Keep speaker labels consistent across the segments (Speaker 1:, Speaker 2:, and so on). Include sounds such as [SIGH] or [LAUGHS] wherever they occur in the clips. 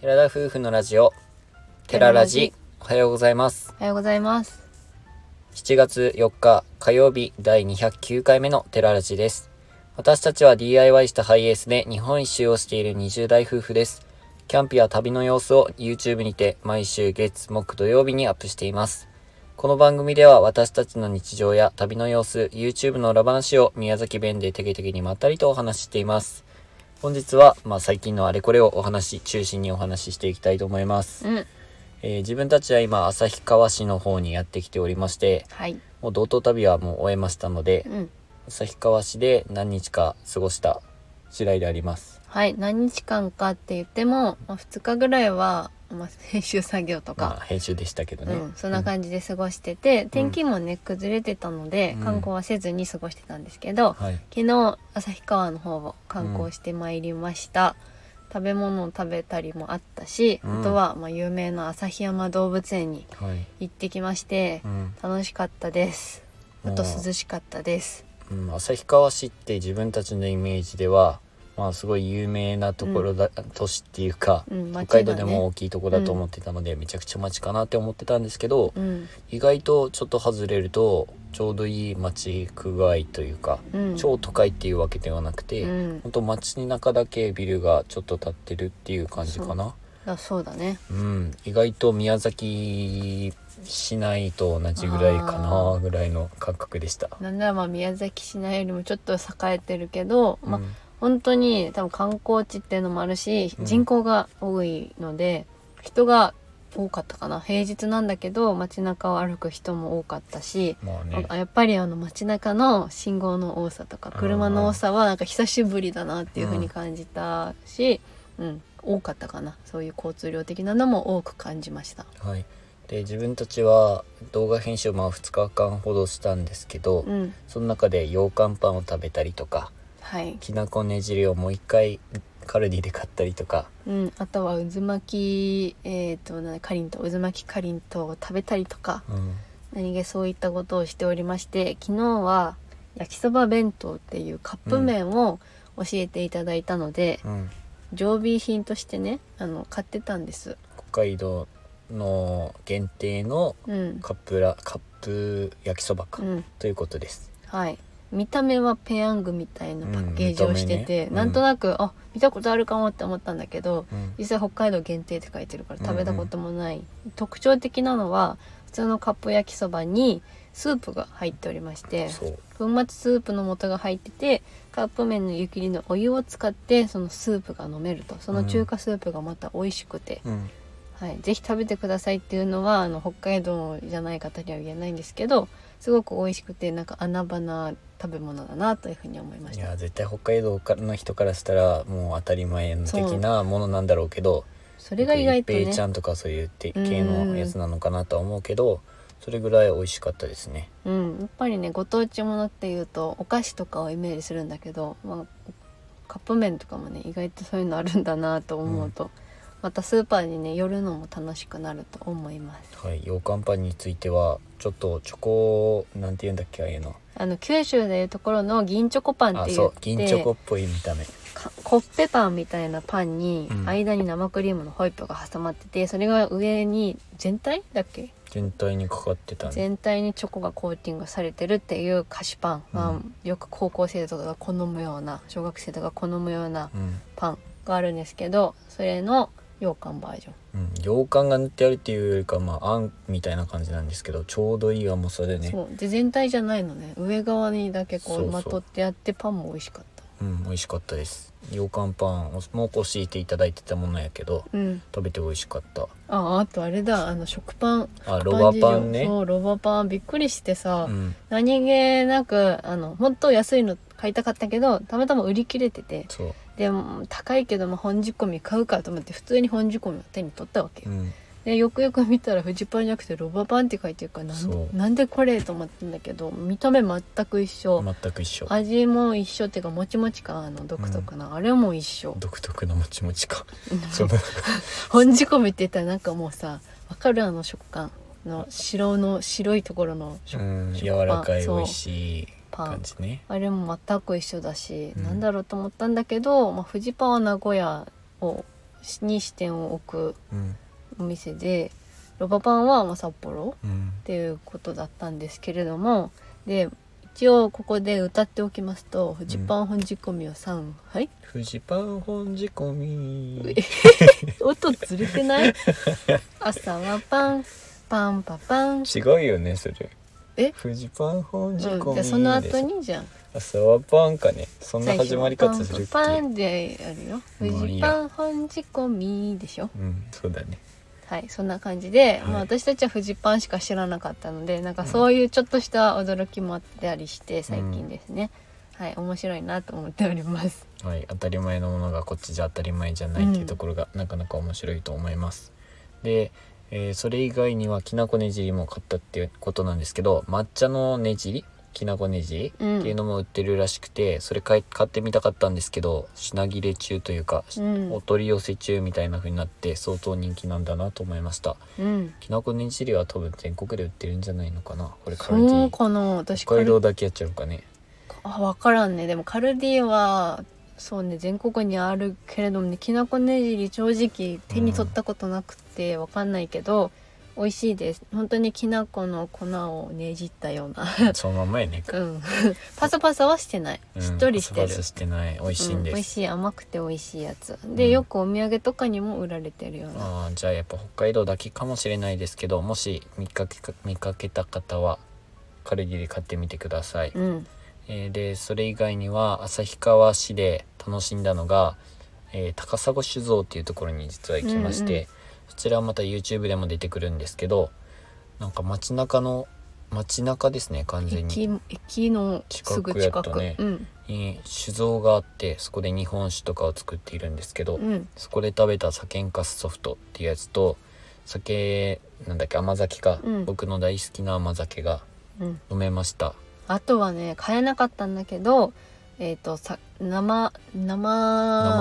Speaker 1: 寺田夫婦のラジオ寺ラジおはようございます
Speaker 2: おはようございます。
Speaker 1: 7月4日火曜日第209回目の寺ラジです私たちは DIY したハイエースで日本一周をしている20代夫婦ですキャンプや旅の様子を YouTube にて毎週月木土曜日にアップしていますこの番組では私たちの日常や旅の様子 YouTube の裏話を宮崎弁でテケテケにまったりとお話ししています本日は、まあ、最近のあれこれをお話し中心にお話ししていきたいと思います
Speaker 2: うん。
Speaker 1: えー自分たちは今旭川市の方にやってきておりまして
Speaker 2: はい。
Speaker 1: もう道東旅はもう終えましたので
Speaker 2: うん。
Speaker 1: 旭川市で何日か過ごした次第であります
Speaker 2: はい。何日間かって言っても、まあ、2日ぐらいは、まあ、 [LAUGHS] 編集作業と
Speaker 1: まあ
Speaker 2: か、
Speaker 1: 編集でしたけどね、
Speaker 2: うん、そんな感じで過ごしてて、天気もね、崩れてたので
Speaker 1: うん、
Speaker 2: 観光はせずに過ごしてたんですけど、
Speaker 1: はい
Speaker 2: 昨日、旭川の方を観光してまいりました。食べ物を食べたりもあったし、
Speaker 1: うん
Speaker 2: あとは、まあ、有名な旭山動物園に
Speaker 1: はい
Speaker 2: 行ってきまして
Speaker 1: う、ん
Speaker 2: 楽しかったです。あと
Speaker 1: もう
Speaker 2: 涼しかったです。
Speaker 1: うん旭川市って自分たちのイメージではまあすごい有名なところだ、都市っていうか、
Speaker 2: うん、
Speaker 1: 北
Speaker 2: 街
Speaker 1: 海道
Speaker 2: が
Speaker 1: で
Speaker 2: ね
Speaker 1: も大きいとこだと思ってたので、めちゃくちゃ街かなって思ってたんですけど
Speaker 2: うん、
Speaker 1: 意外とちょっと外れるとちょうどいい街区外というか
Speaker 2: うん、
Speaker 1: 超都会っていうわけではなくて、
Speaker 2: うん
Speaker 1: ほ、んと街の中だけビルがちょっと建ってるっていう感じかな
Speaker 2: あそうだね
Speaker 1: うん意外と宮崎市内と同じぐらいか
Speaker 2: あ
Speaker 1: なぐらいの感覚でした、
Speaker 2: なんならまあ宮崎市内よりもちょっと栄えてるけど、
Speaker 1: うん
Speaker 2: まあ本当に多分観光地っていうのもあるし
Speaker 1: うん
Speaker 2: 人口が多いので、人が多かったかな平日なんだけど街中を歩く人も多かったし、
Speaker 1: まあね
Speaker 2: あやっぱりあの街中の信号の多さとか
Speaker 1: うん
Speaker 2: 車の多さはなんか久しぶりだなっていうふうに感じたし、うん多かったかなそういう交通量的なのも多く感じました。
Speaker 1: はいで自分たちは動画編集をまあ2日間ほどしたんですけど、
Speaker 2: うん、
Speaker 1: その中で羊羹パンを食べたりとか
Speaker 2: はい
Speaker 1: きなこねじりをもう一回カルディで買ったりとか
Speaker 2: うん、あとは渦巻き、えっ、と、なかりんとう、渦巻きかりんとうを食べたりとか、
Speaker 1: うん
Speaker 2: 何気そういったことをしておりまして、昨日は焼きそば弁当っていうカップ麺を教えていただいたので、
Speaker 1: うん
Speaker 2: 常備品としてね、あの、買ってたんです。
Speaker 1: 北海道の限定の
Speaker 2: うん。
Speaker 1: カップラカップ焼きそばか、
Speaker 2: うん。
Speaker 1: ということです
Speaker 2: はい。見た目はペヤングみたいなパッケージ
Speaker 1: うん
Speaker 2: を
Speaker 1: 見た
Speaker 2: し
Speaker 1: 目ね
Speaker 2: てて、
Speaker 1: うん
Speaker 2: なんとなく、あ、見たことあるかもって思ったんだけど、
Speaker 1: うん
Speaker 2: 実際北海道限定って書いてるから
Speaker 1: うんうん
Speaker 2: 食べたこともない、特徴的なのは普通のカップ焼きそばにスープが入っておりまして
Speaker 1: そう
Speaker 2: 粉末スープの素が入っててカップ麺の湯切りのお湯を使ってそのスープが飲めるとその中華スープがまた美味しくて、
Speaker 1: うん
Speaker 2: はい、ぜひ食べてくださいっていうのはあの北海道じゃない方には言えないんですけどすごく美味しくてなんか穴場な食べ物だなというふうに思いま
Speaker 1: い
Speaker 2: した
Speaker 1: や絶対北海道からの人からしたらもう当たり前の的なものなんだろうけど
Speaker 2: それが意外と
Speaker 1: 一平
Speaker 2: ね
Speaker 1: ちゃんとかそういうて系のやつなのかなとは思うけどそれぐらい美味しかったですね
Speaker 2: うん、やっぱりねご当地ものっていうとお菓子とかをイメージするんだけど、まあ、カップ麺とかもね意外とそういうのあるんだなと思うと、またスーパーにね寄るのも楽しくなると思います
Speaker 1: はい羊羹パンについてはちょっとチョコなんて言うんだっけああいうの
Speaker 2: あの九州でいうところの銀チョコパンっ
Speaker 1: あ
Speaker 2: て言
Speaker 1: そう
Speaker 2: って
Speaker 1: 銀チョコっぽい見た目
Speaker 2: かコッペパンみたいなパンに
Speaker 1: うん
Speaker 2: 間に生クリームのホイップが挟まっててそれが上に全体だっけ
Speaker 1: 全体にかかってたね
Speaker 2: 全体にチョコがコーティングされてるっていう菓子パン、
Speaker 1: う
Speaker 2: まあ、よく高校生とかが好むような小学生とかが好むような
Speaker 1: うん
Speaker 2: パンがあるんですけどそれの羊羹バージョン
Speaker 1: うん、羊羹が塗ってあるっていうよりかまああんみたいな感じなんですけどちょうどいい甘さでね
Speaker 2: そうで全体じゃないのね上側にだけこ
Speaker 1: そう
Speaker 2: う
Speaker 1: そう
Speaker 2: まとってあってパンも美味しかった
Speaker 1: うん美味しかったです羊羹パンをもう教えていただいてたものやけど
Speaker 2: うん
Speaker 1: 食べて美味しかった
Speaker 2: ああとあれだあの食パン
Speaker 1: あロバパ
Speaker 2: 事情
Speaker 1: ンね
Speaker 2: そうロバパンびっくりしてさ、
Speaker 1: うん
Speaker 2: 何気なくあの本当安いの買いたかったけどたまたま売り切れてて
Speaker 1: そう、
Speaker 2: でも高いけど、まあ、本仕込み買うかと思って普通に本仕込みを手に取ったわけ
Speaker 1: う
Speaker 2: よ、
Speaker 1: ん、
Speaker 2: でよくよく見たらフジパンじゃなくてロバパンって書いてるからなん
Speaker 1: そ
Speaker 2: で
Speaker 1: う
Speaker 2: なんでこれと思ったんだけど見た目全く一緒、
Speaker 1: 全く一緒
Speaker 2: 味も一緒っていうかもちもち感あの独特な、あれも一緒
Speaker 1: 独特のもちもちかその
Speaker 2: [LAUGHS] 本仕込みって言ったらなんかもうさわかるあの食感の白の白いところの食
Speaker 1: うん
Speaker 2: 食
Speaker 1: 柔らかい美
Speaker 2: そう
Speaker 1: 味しい
Speaker 2: パン
Speaker 1: 感じね
Speaker 2: あれも全く一緒だし、
Speaker 1: うん
Speaker 2: なんだろうと思ったんだけど、まあ、フジパンは名古屋をに視点を置く
Speaker 1: うん
Speaker 2: お店でロバパンはまあ札幌
Speaker 1: うん
Speaker 2: っていうことだったんですけれどもで一応ここで歌っておきますと「フジパン本仕込みは3杯」
Speaker 1: フジパン本仕込み
Speaker 2: 音ずれてない朝はパンパンパパン、
Speaker 1: 違うよねそれ
Speaker 2: え
Speaker 1: フジパン本仕込
Speaker 2: うん、
Speaker 1: み
Speaker 2: で
Speaker 1: で
Speaker 2: その後にじゃん
Speaker 1: 朝はパンかねそんな始まり方するっけ
Speaker 2: パンパンでやるよ「フ
Speaker 1: もういい
Speaker 2: ジ
Speaker 1: や
Speaker 2: パン本仕込み」でしょ
Speaker 1: うんそうだね
Speaker 2: はいそんな感じ
Speaker 1: は
Speaker 2: で、
Speaker 1: い
Speaker 2: まあ、私たちはフジパンしか知らなかったのでなんかそういうちょっとした驚きもあったりして最近ですね、はい面白いなと思っております
Speaker 1: はい当たり前のものがこっちじゃ当たり前じゃないっていうところがなかなか面白いと思います、で、えーそれ以外にはきなこねじりも買ったっていうことなんですけど抹茶のねじりきなこねじり
Speaker 2: うん
Speaker 1: っていうのも売ってるらしくて、それ買い買ってみたかったんですけど品切れ中というか、
Speaker 2: うん
Speaker 1: お取り寄せ中みたいな風になって相当人気なんだなと思いました
Speaker 2: うん
Speaker 1: きなこねじりは多分全国で売ってるんじゃないのかなこれカルデ
Speaker 2: そう
Speaker 1: ィ
Speaker 2: かな私
Speaker 1: 北海
Speaker 2: カ
Speaker 1: 道
Speaker 2: ル
Speaker 1: だけやっちゃうのか
Speaker 2: [LAUGHS]
Speaker 1: ね
Speaker 2: あ分からんねでもカルディはそうね全国にあるけれどもねきなこねじり正直手に取ったことなくて分かんないけど、美味しいです本当にきなこの粉をねじったような
Speaker 1: そのまんまやね
Speaker 2: うん [LAUGHS] パサパサはしてない
Speaker 1: うん
Speaker 2: しっとりしてる、
Speaker 1: パサパサしてない美味しいん
Speaker 2: うん
Speaker 1: で
Speaker 2: 美味
Speaker 1: す、
Speaker 2: しい甘くて美味しいやつで、
Speaker 1: うん
Speaker 2: よくお土産とかにも売られてるような
Speaker 1: あーじゃあやっぱ北海道だけかもしれないですけどもし見かけか見かけた方はカルディで買ってみてください、
Speaker 2: うん
Speaker 1: えーでそれ以外には旭川市で楽しんだのが、えー高砂酒造っていうところに実は行きまして、
Speaker 2: うんう
Speaker 1: そちらはまた YouTube でも出てくるんですけどなんか街中の街中ですね完全に
Speaker 2: 駅駅のすぐ
Speaker 1: 近
Speaker 2: 近
Speaker 1: くやった
Speaker 2: く、
Speaker 1: ね
Speaker 2: うん
Speaker 1: に酒造があってそこで日本酒とかを作っているんですけど、
Speaker 2: うん
Speaker 1: そこで食べた酒んかすソフトっていうやつと酒なんだっけ甘酒か、
Speaker 2: うん
Speaker 1: 僕の大好きな甘酒が
Speaker 2: うん
Speaker 1: 飲めました
Speaker 2: あとはね買えなかったんだけどえっ、とさ生
Speaker 1: 生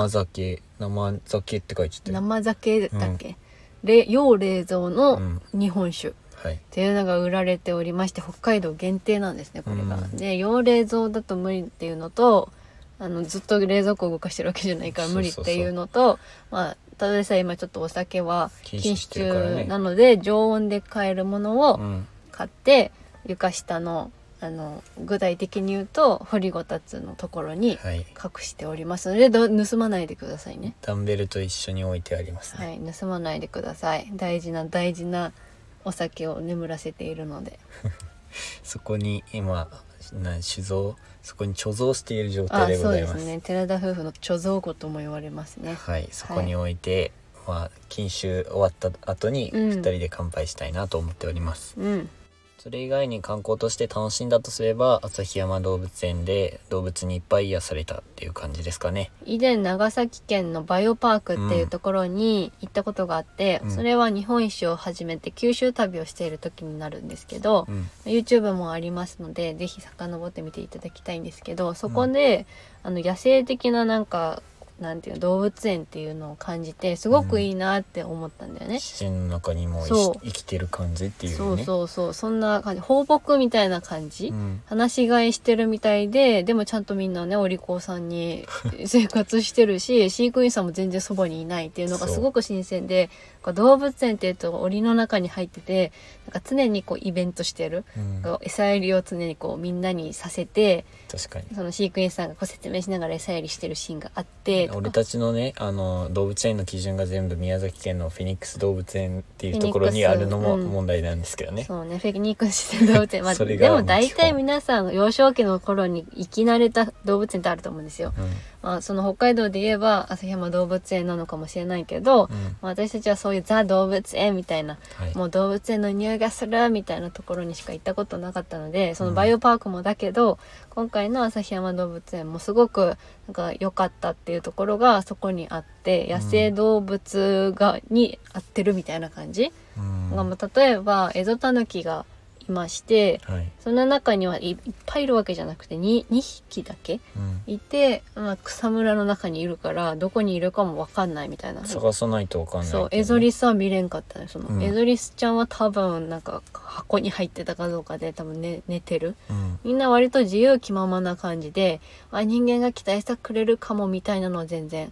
Speaker 2: 生
Speaker 1: 酒生酒って書いちゃってる
Speaker 2: 生酒だっけ、れ要冷蔵
Speaker 1: う
Speaker 2: の
Speaker 1: ん
Speaker 2: 日本酒っ
Speaker 1: はい
Speaker 2: ていうのが売られておりまして北海道限定なんですねこれが。
Speaker 1: うん
Speaker 2: で要冷蔵だと無理っていうのとあのずっと冷蔵庫を動かしてるわけじゃないから無理っていうのとまあただでさえ今ちょっとお酒は
Speaker 1: 禁
Speaker 2: 禁
Speaker 1: 止し
Speaker 2: 止
Speaker 1: てるから
Speaker 2: 中な
Speaker 1: ね
Speaker 2: ので常温で買えるものを、
Speaker 1: うん
Speaker 2: 買って床下のあの具体的に言うと掘りごたつのところに
Speaker 1: はい
Speaker 2: 隠しておりますのでど盗まないでくださいね
Speaker 1: ダンベルと一緒に置いてありますね、
Speaker 2: はい盗まないでください大事な大事なお酒を眠らせているので
Speaker 1: そこに今な酒造そこに貯蔵している状
Speaker 2: あ
Speaker 1: 態でご
Speaker 2: そう
Speaker 1: ざい
Speaker 2: で
Speaker 1: ますす
Speaker 2: ね寺田夫婦の貯蔵庫とも言われますね
Speaker 1: はいそこに置いて、まあ禁酒終わった後に
Speaker 2: うん
Speaker 1: 二人で乾杯したいなと思っております、
Speaker 2: うん
Speaker 1: それ以外に観光として楽しんだとすれば旭山動物園で動物にいっぱい癒されたっていう感じですかね
Speaker 2: 以前長崎県のバイオパークっていうところに行ったことがあって、
Speaker 1: うん
Speaker 2: それは日本一周を始めて九州旅をしている時になるんですけど、
Speaker 1: うん
Speaker 2: YouTube もありますのでぜひ遡ってみていただきたいんですけどそこで、あの野生的ななんかなんていうの動物園っていうのを感じてすごくいいなって思ったんだよね。
Speaker 1: 自然の中にもいし
Speaker 2: そう
Speaker 1: 生きてる感じっていうね
Speaker 2: そうそうそうそんな感じ放牧みたいな感じ、
Speaker 1: うん
Speaker 2: 話し飼いしてるみたいででもちゃんとみんなねお利口さんに [LAUGHS] 生活してるし飼育員さんも全然そばにいないっていうのが
Speaker 1: そう
Speaker 2: すごく新鮮でなんか動物園っていうと檻の中に入っててなんか常にこうイベントしてる
Speaker 1: うん
Speaker 2: こう餌やりを常にこうみんなにさせて
Speaker 1: 確かに
Speaker 2: その飼育員さんがこう説明しながら餌やりしてるシーンがあってとか
Speaker 1: 俺たちのねあの動物園の基準が全部宮崎県のフェニックス動物園っていうところにあるのも
Speaker 2: フェニックスうん
Speaker 1: 問題なんですけどね、
Speaker 2: そうねフェニックス動物園、ま
Speaker 1: [LAUGHS]
Speaker 2: あ、
Speaker 1: それ
Speaker 2: で
Speaker 1: が
Speaker 2: も大
Speaker 1: 基
Speaker 2: 体
Speaker 1: 本
Speaker 2: 皆さん幼少期の頃に生き慣れた動物園ってあると思うんですよ、
Speaker 1: うん
Speaker 2: まあ、その北海道で言えば旭山動物園なのかもしれないけ
Speaker 1: う
Speaker 2: ど、
Speaker 1: ん
Speaker 2: まあ私たちはそういうザ動物園みたいな
Speaker 1: はい
Speaker 2: もう動物園の匂いがするみたいなところにしか行ったことなかったのでそのバイオパークもだけど、今回の旭山動物園もすごくなんか良かったっていうところがそこにあって野生動物が、に合ってるみたいな感じ、
Speaker 1: うん
Speaker 2: まあ例えばエゾタヌキがいまして
Speaker 1: はい
Speaker 2: その中にはいいっぱいいるわけじゃなくて 2, 2匹だけ
Speaker 1: うん
Speaker 2: いて、まあ、草むらの中にいるからどこにいるかも分かんないみたいな
Speaker 1: 探さないとわかんないけど
Speaker 2: そ
Speaker 1: ね、
Speaker 2: うエゾリスは見れんかったねその、
Speaker 1: うん
Speaker 2: エゾリスちゃんは多分なんか箱に入ってたかどうかで多分、ね、寝てる
Speaker 1: うん
Speaker 2: みんな割と自由気ままな感じであ人間が期待してくれるかもみたいなのは全然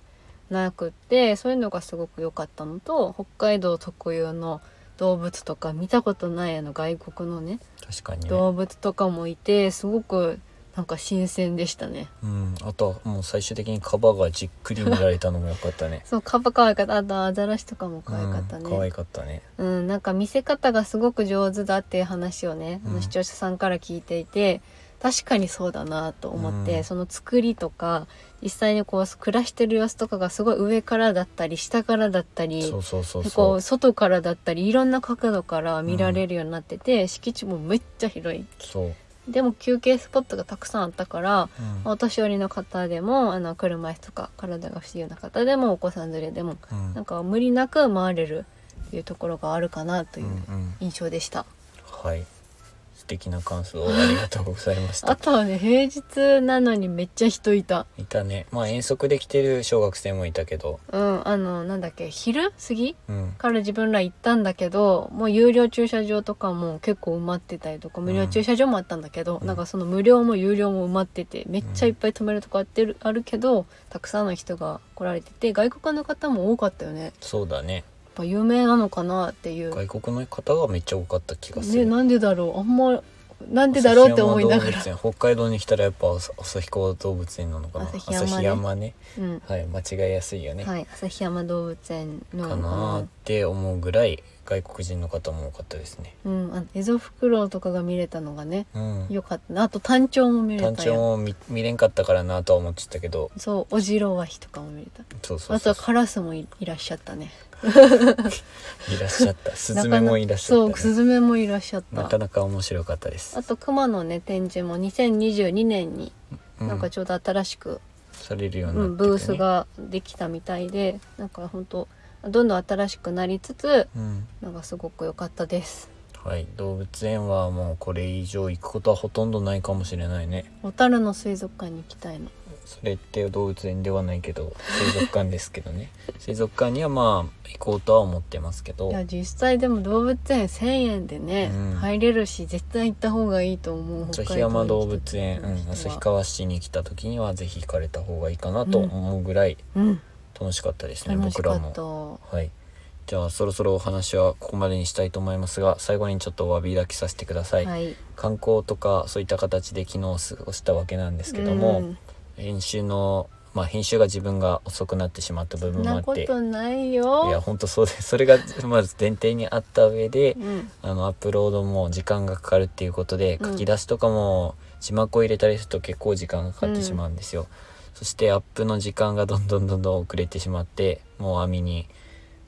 Speaker 2: なくってそういうのがすごく良かったのと北海道特有の動物とか見たことないあの外国のね
Speaker 1: 確かにね
Speaker 2: 動物とかもいてすごくなんか新鮮でしたね。
Speaker 1: うんあとはもう最終的にカバがじっくり見られたのも良かったね
Speaker 2: そうカバ可愛かったあとアザラシとかも可愛かったね。
Speaker 1: うん、可愛かったね
Speaker 2: うん、なんか見せ方がすごく上手だっていう話をね、あ
Speaker 1: う
Speaker 2: の
Speaker 1: ん
Speaker 2: 視聴者さんから聞いていて確かにそうだなと思って、
Speaker 1: うん
Speaker 2: その作りとか実際にこう暮らしてる様子とかがすごい上からだったり下からだったり
Speaker 1: そうそうそう
Speaker 2: 結構
Speaker 1: そう
Speaker 2: 外からだったりいろんな角度から見られるようになってて、敷地もめっちゃ広い
Speaker 1: そう、
Speaker 2: でも休憩スポットがたくさんあったから
Speaker 1: うん
Speaker 2: お年寄りの方でもあの車椅子とか体が不自由な方でもお子さん連れでも
Speaker 1: うん
Speaker 2: なんか無理なく回れるっていうところがあるかなといううん
Speaker 1: うん
Speaker 2: 印象でした。
Speaker 1: はい素敵な感想をありがとうございまし
Speaker 2: あ
Speaker 1: た
Speaker 2: とはね平日なのにめっちゃ人いた。
Speaker 1: いたねまあ遠足で来てる小学生もいたけど
Speaker 2: うん、あのなんだっけ昼過ぎ
Speaker 1: うん
Speaker 2: から自分ら行ったんだけどもう有料駐車場とかも結構埋まってたりとか無料駐車場もあったんだけど、
Speaker 1: うん
Speaker 2: なんかその無料も有料も埋まっててめっちゃいっぱい止めるとこあってるあるけどたくさんの人が来られてて外国の方も多かったよねやっ
Speaker 1: そうだね
Speaker 2: ぱ有名なのかなっていう
Speaker 1: 外国の方がめっちゃ多かった気がす
Speaker 2: ね
Speaker 1: る、
Speaker 2: なんでだろうあんまなんでだろうって思いながら
Speaker 1: 旭山動物園北海道に来たらやっぱ朝旭川動物園なのかな
Speaker 2: 旭山ね
Speaker 1: 旭山ね
Speaker 2: うん
Speaker 1: はい間違いやすいよね、
Speaker 2: はい旭山動物園の
Speaker 1: かなーって思うぐらい外国人の方も多かったですね
Speaker 2: うん、あのエゾフクロウとかが見れたのがね
Speaker 1: うん
Speaker 2: よかったなあとタンチョウも見れ
Speaker 1: 単
Speaker 2: た
Speaker 1: 調
Speaker 2: よ
Speaker 1: も見見れんかったからなとは思ってたけど
Speaker 2: そうオジロワヒとかも見れた
Speaker 1: そうそう
Speaker 2: あと
Speaker 1: そう
Speaker 2: はカラスもいいらっしゃったね
Speaker 1: いらっしゃ
Speaker 2: [LAUGHS]
Speaker 1: ったス
Speaker 2: な
Speaker 1: ズ
Speaker 2: か
Speaker 1: メ
Speaker 2: な
Speaker 1: もいらっしゃった、ね
Speaker 2: そう、スズメもいらっしゃった
Speaker 1: なかなか面白かったです
Speaker 2: あとクマのね展示も2022年に
Speaker 1: うん
Speaker 2: なんかちょうど新しく、
Speaker 1: されるよ
Speaker 2: う
Speaker 1: うんになってて、ね
Speaker 2: ブースができたみたいでなんか本当どんどん新しくなりつつ
Speaker 1: うん
Speaker 2: なんかすごく良かったです
Speaker 1: はい動物園はもうこれ以上行くことはほとんどないかもしれないね
Speaker 2: 小樽の水族館に行きたいの
Speaker 1: それって動物園ではないけど水族館ですけど
Speaker 2: [LAUGHS]
Speaker 1: ね水族館にはまあ行こうとは思ってますけど
Speaker 2: いや実際でも動物園1,000円でね、
Speaker 1: うん
Speaker 2: 入れるし絶対行った方がいいと思う
Speaker 1: 旭山動物園、
Speaker 2: 北海道に来
Speaker 1: うん、旭
Speaker 2: た時の人は
Speaker 1: 川市に来た時にはぜひ行かれた方がいいかなと思うぐらい
Speaker 2: うん
Speaker 1: 楽しかったですね、
Speaker 2: 楽し
Speaker 1: 僕
Speaker 2: からっ
Speaker 1: も
Speaker 2: た。
Speaker 1: はいじゃあそろそろお話はここまでにしたいと思いますが最後にちょっとお詫びだけさせてください、
Speaker 2: はい。
Speaker 1: 観光とかそういった形で昨日過ごしたわけなんですけども、
Speaker 2: うん
Speaker 1: 編集のまあ編集が自分が遅くなってしまった部
Speaker 2: そん
Speaker 1: 分もあ
Speaker 2: なこ
Speaker 1: って
Speaker 2: とない
Speaker 1: いや
Speaker 2: よ。
Speaker 1: 本当そうですそれがまず前提にあった上で
Speaker 2: うん、
Speaker 1: あのアップロードも時間がかかるっていうことで
Speaker 2: うん
Speaker 1: 書き出しとかも字幕を入れたりすると結構時間がかかってしまうんですよ、そしてアップの時間がどんどんどんどん遅れてしまってもう網に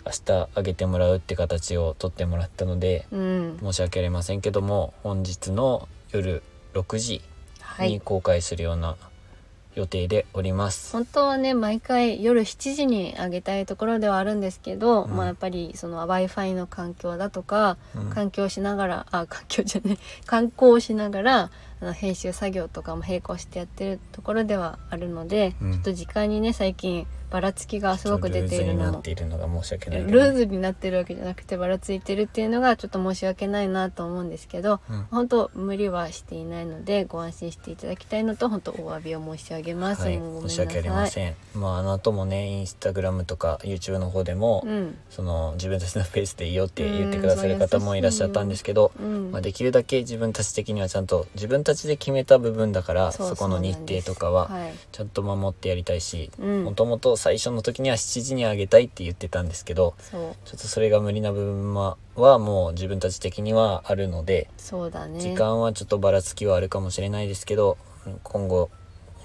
Speaker 1: 明日あげてもらうって形を取ってもらったので
Speaker 2: うん、
Speaker 1: 申し訳ありませんけども本日の夜6時
Speaker 2: は
Speaker 1: に
Speaker 2: い。
Speaker 1: 公開するような予定でおります、
Speaker 2: 本当はね毎回夜7時にあげたいところではあるんですけど、
Speaker 1: うん
Speaker 2: まあやっぱりその w i f i の環境だとか
Speaker 1: うん
Speaker 2: 環境しながらあ環境じゃない [LAUGHS] 観光をしながらあの編集作業とかも並行してやってるところではあるので、
Speaker 1: うん
Speaker 2: ちょっと時間にね最近ばらつきがすごく出てい
Speaker 1: ルーズ
Speaker 2: るの
Speaker 1: になっ
Speaker 2: も
Speaker 1: ているのが申し訳ないけど
Speaker 2: ルーズになってるわけじゃなくてばらついてるっていうのがちょっと申し訳ないなと思うんですけど
Speaker 1: うん
Speaker 2: 本当無理はしていないのでご安心していただきたいのと本当お詫びを申し上げます、
Speaker 1: はい
Speaker 2: もうごめん
Speaker 1: 申し
Speaker 2: なさい
Speaker 1: 訳ありませんまああの後もねインスタグラムとか YouTube の方でも、
Speaker 2: うん
Speaker 1: その自分たちのペースでいいよって
Speaker 2: うん
Speaker 1: 言ってくださる方もいらっしゃったんですけど、
Speaker 2: うん、
Speaker 1: まあ、できるだけ自分たち的にはちゃんと自分たちで決めた部分だから
Speaker 2: そう
Speaker 1: そこの
Speaker 2: そう
Speaker 1: 日
Speaker 2: なんで
Speaker 1: 程
Speaker 2: す
Speaker 1: とかは
Speaker 2: はい
Speaker 1: ちゃんと守ってやりたいし
Speaker 2: うん
Speaker 1: もともと最初の時には7時にあげたいって言ってたんですけど
Speaker 2: そう
Speaker 1: ちょっとそれが無理な部分ははもう自分たち的にはあるので、
Speaker 2: そうだね
Speaker 1: 時間はちょっとばらつきはあるかもしれないですけど今後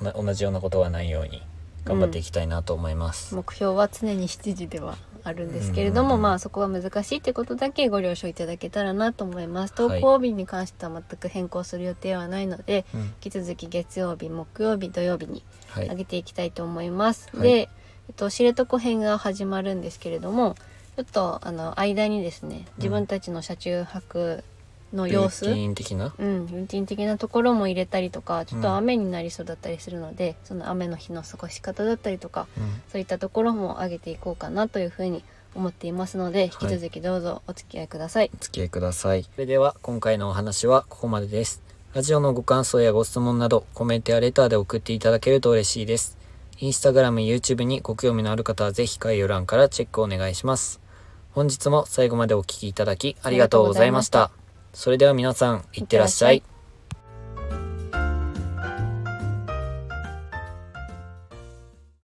Speaker 1: おな同じようなことがないように頑張っていきたいなと思います、
Speaker 2: 目標は常に7時ではあるんですけれども、
Speaker 1: うん
Speaker 2: まあそこは難しいってことだけご了承いただけたらなと思います投稿日に関しては全く変更する予定はないので、
Speaker 1: うん
Speaker 2: 引き続き月曜日木曜日土曜日に
Speaker 1: は
Speaker 2: 上
Speaker 1: い、
Speaker 2: げていきたいと思います。
Speaker 1: はい
Speaker 2: で、えっと、知床編が始まるんですけれどもちょっとあの間にですね自分たちの車中泊の様子、
Speaker 1: ル
Speaker 2: う
Speaker 1: ーテ
Speaker 2: ん
Speaker 1: ィン的な
Speaker 2: ルーティン的なところも入れたりとかちょっ
Speaker 1: う
Speaker 2: と
Speaker 1: ん
Speaker 2: 雨になりそうだったりするので、その雨の日の過ごし方だったりとか
Speaker 1: うん
Speaker 2: そういったところも上げていこうかなというふうに思っていますので引き続きどうぞお付き合いください。
Speaker 1: お付き合いくださいそれでは今回のお話はここまでですラジオのご感想やご質問などコメントやレターで送っていただけると嬉しいですインスタグラム、YouTube にご興味のある方はぜひ概要欄からチェックお願いします。本日も最後までお聞きいただきありがとうございました。それでは皆さん、いってらっしゃい。